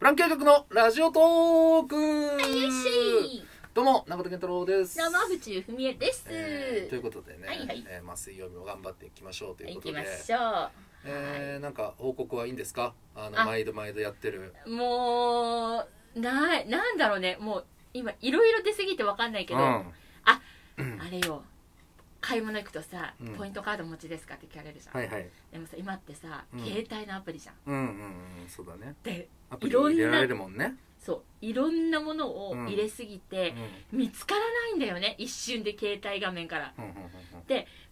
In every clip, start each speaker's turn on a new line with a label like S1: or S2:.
S1: 環境局のラジオトーク
S2: よっし
S1: どうも中田健太郎です
S2: ー生淵文江です、
S1: えーということでね、
S2: はいはい
S1: えーまあ、水曜日も頑張っていきましょうという
S2: 行
S1: こと
S2: き
S1: で
S2: ましょ
S1: えーなんか報告はいいんですかあの
S2: あ
S1: 毎度毎度やってる
S2: うもうないなんだろうねもう今いろいろ出過ぎてわかんないけど、
S1: うん
S2: あれよ買い物行くとさ、
S1: うん
S2: ポイントカード持ちですかって聞かれるじゃん、
S1: はいはい
S2: でもさ今ってさ、
S1: うん
S2: 携帯のアプリじゃん
S1: うんうんうんそうだね
S2: で
S1: アプリ
S2: いろんな
S1: 入れられるもんね
S2: そういろんなものを入れすぎ
S1: うん
S2: て、見つからないんだよね一瞬で携帯画面から
S1: うんうんうん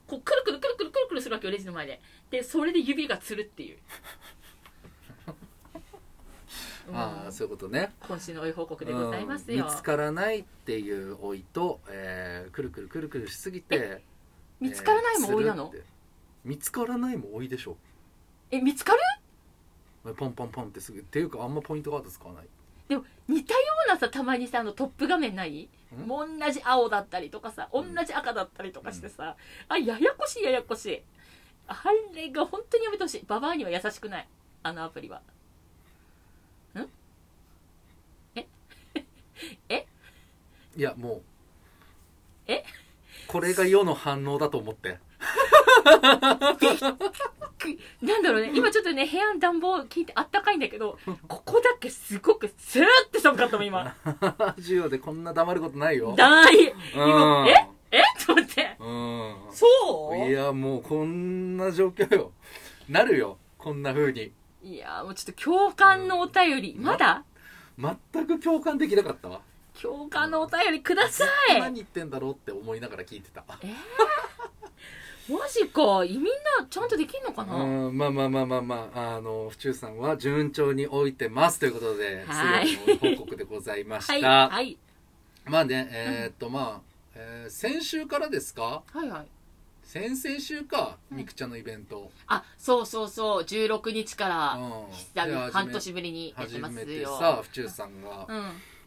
S2: こうくるくるくるくるくるくるするわけよレジの前ででそれで指がつるっていう、
S1: うん あ
S2: う
S1: あ
S2: ん
S1: そういうことね
S2: 今週のおい報告でございます
S1: うん
S2: よ、
S1: 見つからないっていう老いと、えー、くるくるくるくるしすぎて
S2: 見つからないも老いなの
S1: えーするって見つからないも老いでしょ
S2: え見つかる
S1: ポンポンポンってすぐっていうかあんまポイントカード使わない
S2: でも似たようなさたまにさあのトップ画面ない
S1: ん
S2: もう同じ青だったりとかさ同
S1: ん
S2: じ赤だったりとかしてさ、あややこしいややこしいあれが本当にやめてほしいババアには優しくないあのアプリはんええ
S1: いやもう
S2: え
S1: これが世の反応だと思 って
S2: なんだろ うね今ちょっとね部屋の暖房効いてあったかいんだけどここだけすごくスーって寒かったも ん今
S1: 授業でこんな黙ることないよ
S2: 大
S1: うん
S2: ええ ちょっと待って
S1: うん
S2: そう
S1: いやもうこんな状況よなるよこんな風に
S2: いやーもうちょっと共感のお便り、
S1: うん
S2: まだ
S1: 全く共感できなかったわ
S2: 共感のお便りください、
S1: 何言ってんだろうって思いながら聞いてた
S2: マジかみんなちゃんとできんのかな、
S1: うんまあまあまあまあまああの府中さんは順調に置いてますということで
S2: はい
S1: 水曜日の報告でございまし
S2: はい
S1: た、
S2: はい
S1: まあねえーっとまあ、えー先週からですか
S2: はいはい
S1: 先々週か
S2: うん
S1: みくちゃんのイベント、
S2: あそうそうそう16日から
S1: うん
S2: 久
S1: で
S2: 々
S1: 始め
S2: 半年ぶりにやって
S1: 始
S2: ます
S1: めて
S2: よ
S1: さ府中さんが、
S2: う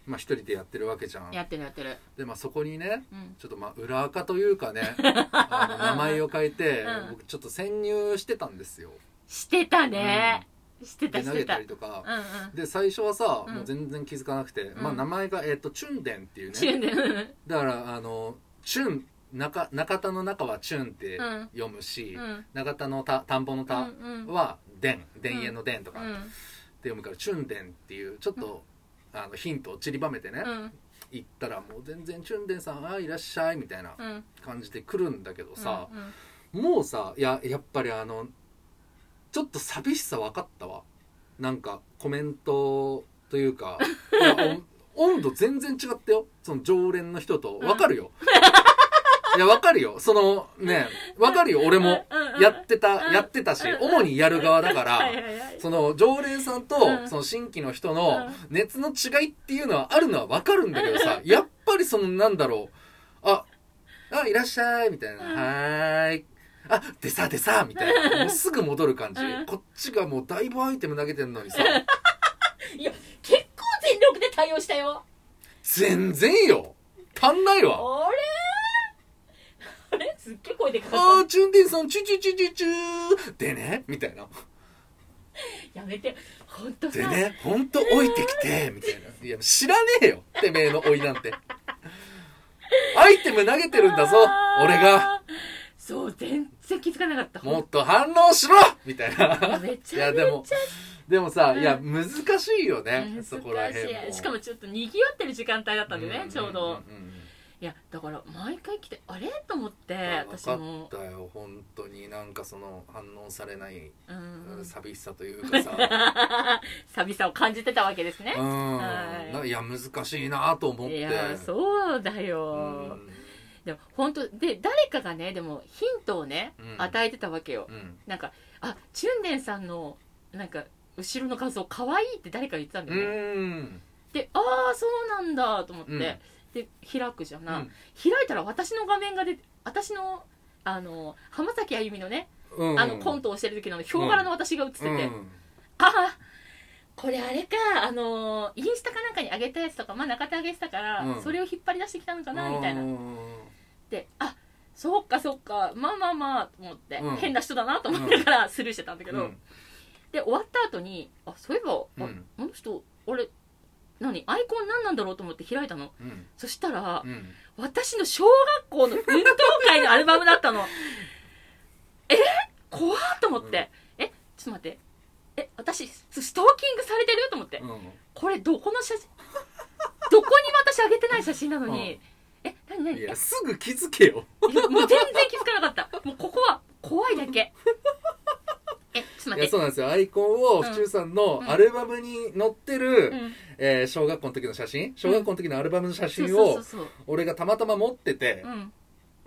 S1: まあ、一人でやってるわけじゃん
S2: んやってるやってる
S1: で、まあ、そこにね
S2: うん
S1: ちょっとまあ裏垢というか ねあの名前を変えて、
S2: うん
S1: 僕ちょっと潜入してたんですよ
S2: してたね、してた
S1: で
S2: し
S1: 投
S2: て
S1: げ
S2: た
S1: た
S2: うん
S1: りとか、
S2: うん
S1: で最初はさ、
S2: うん
S1: もう全然気づかなくて、
S2: ん
S1: まあ、名前が、えっとチュンデンっていう
S2: チュ
S1: ね
S2: ンでうん
S1: だからあのチュン中中田の中はチュンって
S2: うん
S1: 読むし、
S2: うん
S1: 中田の田田んぼの
S2: うん
S1: 田
S2: うんうん
S1: は「伝」「田園の伝」とか、
S2: うん
S1: って読むから「チュンデン」っていうちょっと、あのヒントを散りばめてね、行ったらもう全然「チュンデンさんあーいらっしゃい」みたいな
S2: うん
S1: 感じで来るんだけどさ、
S2: うんうん
S1: もうさいややっぱりあのちょっと寂しさ分かったわなんかコメントというか いやお温度全然違ったよその常連の人と
S2: うん
S1: 分かる よ、いや分かるよそのね分かるよ俺も
S2: うんう ん
S1: やって
S2: うん
S1: たやってたし
S2: うん
S1: 主にやる側だか
S2: は
S1: ら
S2: いはいはい
S1: その常連さんと
S2: うん
S1: その新規の人
S2: う
S1: の
S2: ん
S1: 熱の違いっていうのはあるのは分かるんだけどさやっぱりそのなんだろうああいらっしゃいみたいな「
S2: うん
S1: はーい」あでさでさみたい なもうすぐ戻る感じ
S2: うん
S1: こっちがもうだいぶアイテム投げてんのにさ
S2: 結構全力で対応したよ
S1: 全然よ足んないわ
S2: あれあれすっげえ声でかか
S1: あ
S2: っ
S1: ーチュンディンさんチュチュチュチュチュでねみたいな
S2: たやめて本当さ
S1: でねほんと置いてきてみたいないや知らねえよてめえの老いなんてアイテム投げてるんだぞ俺が
S2: そう全然気づかなかった
S1: もっと反応しろみたいな
S2: めちゃめちゃ
S1: いやでもでもさ、
S2: うん
S1: いや難しいよね
S2: 難し
S1: そこら辺も
S2: いしかもちょっと賑わってる時間帯だったんでね、
S1: ん
S2: ちょうど、
S1: んん
S2: いやだから毎回来てあれと思って
S1: うん
S2: 私
S1: 分
S2: も
S1: かったよ本当になんかその反応されない、
S2: うん
S1: 寂しさというかさ
S2: 寂しさを感じてたわけですね
S1: う、ん、
S2: はい
S1: ないや難しいなと思って
S2: いやそうだよ、
S1: うん
S2: でも本当で誰かがねでもヒントをね、
S1: うん
S2: 与えてたわけよ、
S1: うん
S2: なんかあチュンデンさんのなんか後ろの画像可愛いって誰かが言ってたんだ
S1: う
S2: よね、
S1: ん
S2: でああそうなんだと思って、
S1: うん
S2: で開くじゃない、
S1: うん
S2: 開いたら私の画面が出て私のあの浜崎あゆみのね、
S1: うん
S2: あのコントをしてる時のヒョウ柄の私が映ってて、
S1: うん
S2: ああこれあれかあのインスタかなんかに上げたやつとか、まあ、中田上げてたから、
S1: うん
S2: それを引っ張り出してきたのかなみたいな
S1: うん
S2: であそっかそっかまあまあまあと思って、
S1: うん
S2: 変な人だなと思ってからスルーしてたんだけど、
S1: うん
S2: で終わった後にあそういえば、あ
S1: うん
S2: あの人俺何アイコン何なんだろうと思って開いたの
S1: うん
S2: そしたら、
S1: うん
S2: 私の小学校の運動会のアルバムだったの え怖っと思って、えちょっと待ってえ私スストーキングされてると思って、
S1: うん
S2: これどこの写真どこにも私上げてない写真なのに、え何何
S1: い
S2: え
S1: やすぐ気づけよ
S2: いやもう全然気づかなかったもうここは怖いだけえちょ
S1: い
S2: っと待
S1: や
S2: って
S1: そうなんですよアイコンを
S2: うん
S1: 府中さんのアルバムに載ってる、
S2: うん
S1: えー小学校の時の写真小学校の時のアルバムの写
S2: そう
S1: 真
S2: そう
S1: を
S2: そうそう
S1: 俺がたまたま持ってて
S2: う、ん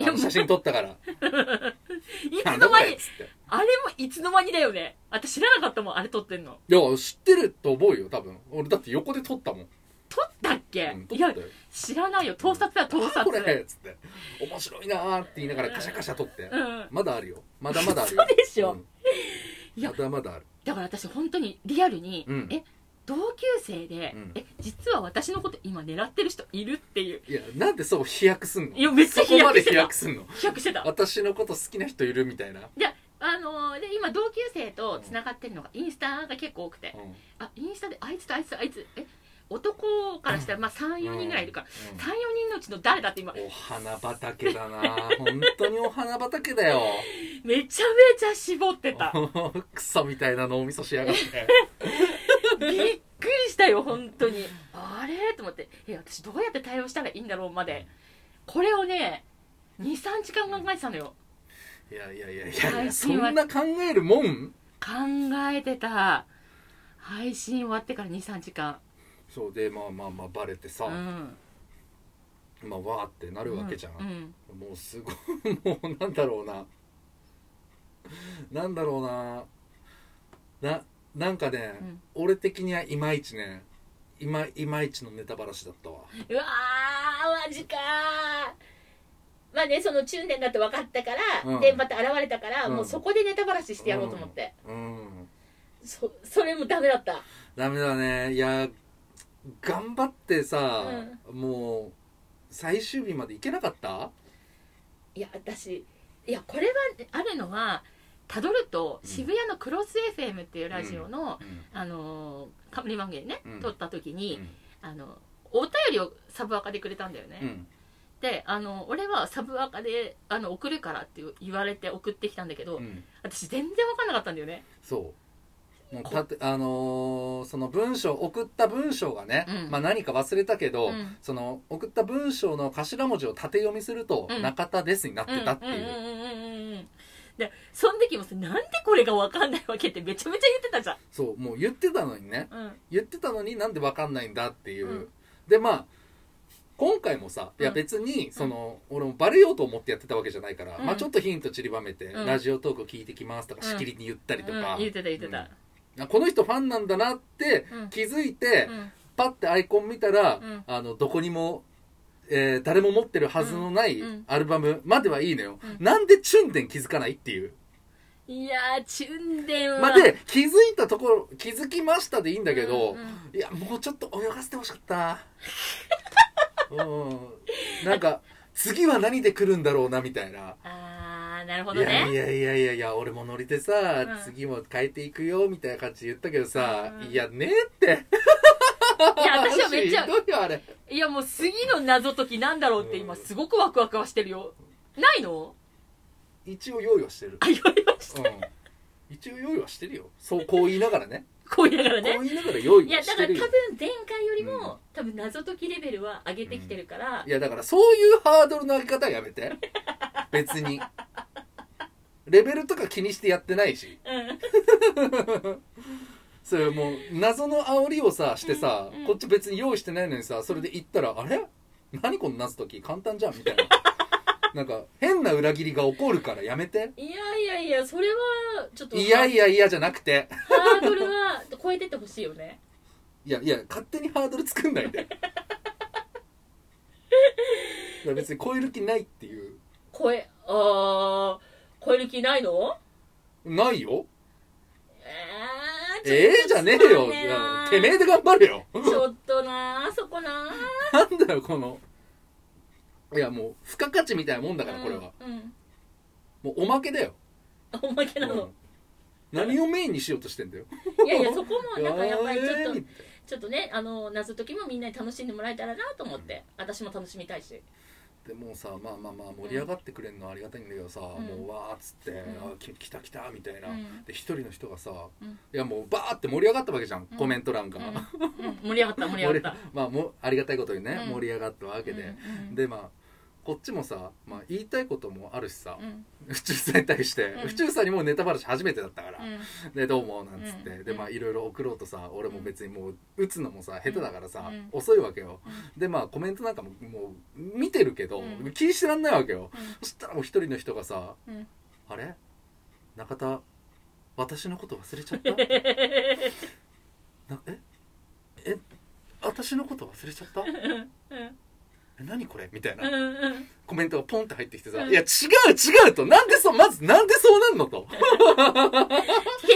S1: あの写真撮ったから
S2: い
S1: な
S2: つ
S1: んだ
S2: の
S1: こ
S2: 間
S1: れっ
S2: に
S1: つって
S2: あれもいつの間にだよね私知らなかったもんあれ撮ってんの
S1: いや知ってると思うよ多分俺だって横で撮ったもん、
S2: 撮ったっけ、
S1: うん、撮
S2: い
S1: った
S2: や
S1: よ
S2: 知らないよ盗撮だよ盗撮
S1: これっつって面白いなーって言いながらカシャカシャ撮って、
S2: うん
S1: まだあるよまだま だあるよ
S2: 嘘でしょ
S1: ん
S2: いや
S1: まだまだある
S2: だから私本当にリアルに、
S1: うん
S2: え同級生で、
S1: うん
S2: え実は私のこと今狙ってる人いるっていう
S1: いやなんでそう飛躍すんの
S2: いやめっち
S1: そ
S2: ゃ
S1: こ
S2: 飛
S1: ま
S2: 躍
S1: で
S2: して
S1: 飛
S2: た
S1: 躍すんの
S2: 飛躍してた
S1: 私のこと好きな人いるみたいな、
S2: で、あのーで今同級生とつながってるのがインスタが結構多くて、
S1: うん
S2: あインスタであいつとあいつとあいつえ男からしたらまあ34人ぐらいいるから、
S1: うん
S2: 34人のうちの誰だって今
S1: お花畑だ な本当にお花畑だよ
S2: めちゃめちゃ絞ってた
S1: クソみたいな脳みそしや がって
S2: びっくりしたよ本当にあれと思ってえ私どうやって対応したらいいんだろうまでこれをね23時間考えてたのよ
S1: いやいやいやいやいや
S2: 最
S1: そ
S2: 近は
S1: んな考えるもん
S2: 考えてた配信終わってから23時間
S1: そうでまあまあまあバレてさ、
S2: うん
S1: まあわーってなるわけじゃん、
S2: うん
S1: もうすごいもうなんだろうななんだろうなななんかね、
S2: うん
S1: 俺的にはいまいちねいまいまいちのネタバラシだったわ
S2: うわーマジかーまあねその中年だって分かったから、
S1: うん
S2: でまた現れたから、
S1: うん
S2: もうそこでネタバラシしてやろうと思って、
S1: うん
S2: そそれもダメだった
S1: ダメだねいや頑張ってさ、もう最終日まで行けなかった
S2: いや私いやこれはあるのはたどると
S1: うん
S2: 渋谷のクロス FM っていうラジオの、
S1: うん
S2: あのー冠番組でね、
S1: うん
S2: 撮った時に、
S1: うん
S2: あのお便りをサブアカでくれたんだよね、
S1: うん
S2: であの俺はサブアカであの送るからって言われて送ってきたんだけど、
S1: うん
S2: 私全然分かんなかったんだよね
S1: そうもうたてあのーその文章送った文章がね、
S2: うん
S1: まあ、何か忘れたけど、
S2: うん
S1: その送った文章の頭文字を縦読みすると「
S2: うん
S1: 中田です」になってたっていう、
S2: んうんうんうんうんうんでその時もさなんでこれが分かんないわけってめちゃめちゃ言ってたじゃん
S1: そうもう言ってたのにね
S2: うん
S1: 言ってたのになんでわかんないんだっていう、
S2: うん
S1: でまあ今回もさ、いや
S2: うん
S1: 別にその、俺もバレようと思ってやってたわけじゃないから、
S2: うん
S1: まあちょっとヒント散りばめて、
S2: うん
S1: ラジオトーク聞いてきますとか、
S2: うん
S1: しきりに言ったりとか、
S2: うん言ってた言ってた
S1: あこの人ファンなんだなって
S2: うん
S1: 気づいて、
S2: うん
S1: パッてアイコン見たら、
S2: うん
S1: あのどこにも、えー誰も持ってるはずのない
S2: うんうん
S1: アルバムまではいいのよ、
S2: うん
S1: なんでチュンデン気づかないっていう、
S2: いやーチュンデンは
S1: まあで気づいたところ気づきましたでいいんだけど、
S2: うんうん
S1: いやもうちょっと泳がせてほしかった うんなんか次は何で来るんだろうなみたいな、
S2: あーなるほ
S1: い
S2: ど
S1: やい
S2: ね
S1: やいやいやいや俺もノリでさ、
S2: うん
S1: 次も変えていくよみたいな感じで言ったけどさ、
S2: うん
S1: いやねえって
S2: いや私はめっちゃ
S1: ひどいよあれ
S2: いやもう次の謎解きなんだろうって今すごくワクワクはしてるよないの
S1: 一応用意はしてる、
S2: あ言われました
S1: うん、一応用意はしてるよそうこう言いながらね
S2: こう言いながら ね
S1: こう言いながら用
S2: い
S1: 意
S2: や
S1: は
S2: だ
S1: し
S2: から
S1: て
S2: 多
S1: るよ
S2: 分前回よりも、
S1: うん
S2: 多分謎解きレベルは上げてきてるから、
S1: いやだからそういうハードルの上げ方はやめ て別にレベルとか気にしてやってないし
S2: うん
S1: それもう謎の煽りをさしてさ、
S2: うんうん
S1: こっち別に用意してないのにさそれで行ったら「あれ何この謎解き簡単じゃん」みたい ななんか変な裏切りが起こるからやめて
S2: いやいやいやそれはちょっと
S1: いやいやいやじゃなくて
S2: ハードルは超えてってほしいよね
S1: いやいや勝手にハードル作んないでいや別に超える気ないっていう
S2: 超えあー超える気ないの
S1: ないよ
S2: え
S1: ええじゃねえよ、
S2: いや
S1: てめえで頑張れよ
S2: ちょっとなーそこなー
S1: なんだよこのいやもう付加価値みたいなもんだからこれは、
S2: うん、うん
S1: もうおまけだよ
S2: おまけなの、
S1: うん何をメインにしようとしてんだよ
S2: いやいやそこもなんかやっぱりちょっ
S1: あ
S2: と
S1: ー
S2: ちょっとねあの謎解きもみんなに楽しんでもらえたらなと思って、私も楽しみたいし
S1: でもうさまあまあまあ盛り上がってくれるのはありがたいんだけどさ、
S2: ん
S1: もうわーっつって「
S2: ん
S1: あき来た来た」みたいな、
S2: うん
S1: で一人の人がさ、
S2: うん
S1: いやもうバーって盛り上がったわけじゃん、
S2: うん
S1: コメント欄
S2: う
S1: が、
S2: ん、うん盛り上がった盛り上がった
S1: まあもうありがたいことにね、
S2: うん
S1: 盛り上がったわけで、
S2: うんうん
S1: でまあこっちもさ、まあ、言いたいこともあるしさ、
S2: うん
S1: 宇宙さんに対して、
S2: うん
S1: 宇宙さんにもうネタバラシ初めてだったから、
S2: うん
S1: でどうもなんつって、
S2: うん
S1: でまあいろいろ送ろうとさ俺も別にもう打つのもさ下手だからさ、
S2: うん
S1: 遅いわけよ、
S2: う
S1: でまあコメントなんかももう見てるけど、
S2: うん
S1: 気にしてらんないわけよ、
S2: うん
S1: そしたらもう一人の人がさ
S2: うん
S1: 「あれ中田私のこと忘れ ちゃったなええ私のこと忘れちゃったえ何これ?」みたいな
S2: うんうん
S1: コメントがポンって入ってきてさ「
S2: うん
S1: いや違う違う」と「なんでそうまずなんでそうなんの?」 と
S2: 決して決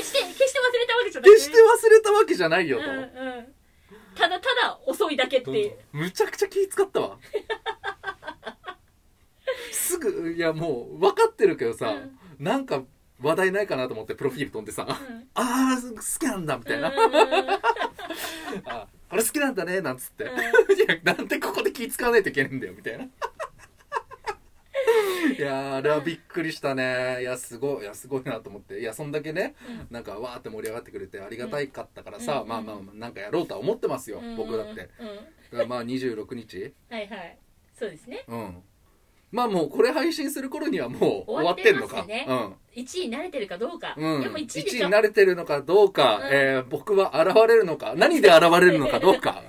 S2: して忘れたわけじ
S1: 「
S2: ゃない、
S1: 決して忘れたわけじゃないよ」と。
S2: うんうん、ただただ遅いだけっていう
S1: むちゃくちゃ気使った わすぐいやもう分かってるけどさ、
S2: うん
S1: なんか話題ないかなと思ってプロフィール飛んでさ「
S2: ん
S1: あー好きなんだ」みたいな「
S2: うんうん
S1: あこれ好きなんだね」なんつって「
S2: うん
S1: いやなんでここで気使わないといけないんだよ」みたいないやーあれはびっくりしたねいやすごいいやすごいなと思っていやそんだけね、なんかわーって盛り上がってくれてありがたいかったからさ、
S2: うん
S1: まあまあまあなんかやろうとは思ってますよ、
S2: うん
S1: 僕だってだか
S2: うん
S1: らまあ26日
S2: はいはいそうですね
S1: うん。まあもうこれ配信する頃にはもう終
S2: 終
S1: わ
S2: わ
S1: っ
S2: ってて
S1: ん
S2: ま
S1: の
S2: す
S1: か。
S2: ね1位に慣れてるかどうか、
S1: うん。うん。
S2: でも1位で
S1: 一
S2: しょ
S1: に慣れてるのかどうか、
S2: うん
S1: えー僕は現れるのか、何で現れるのかどうか、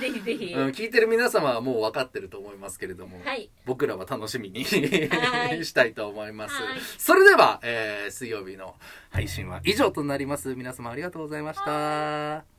S2: ぜひぜひ、
S1: うん、聞いてる皆様はもう分かってると思いますけれども、
S2: はい
S1: 僕らは楽しみに
S2: は い
S1: したいと思います
S2: はい。
S1: それでは、えー水曜日の配信は以上となります。皆様ありがとうございました。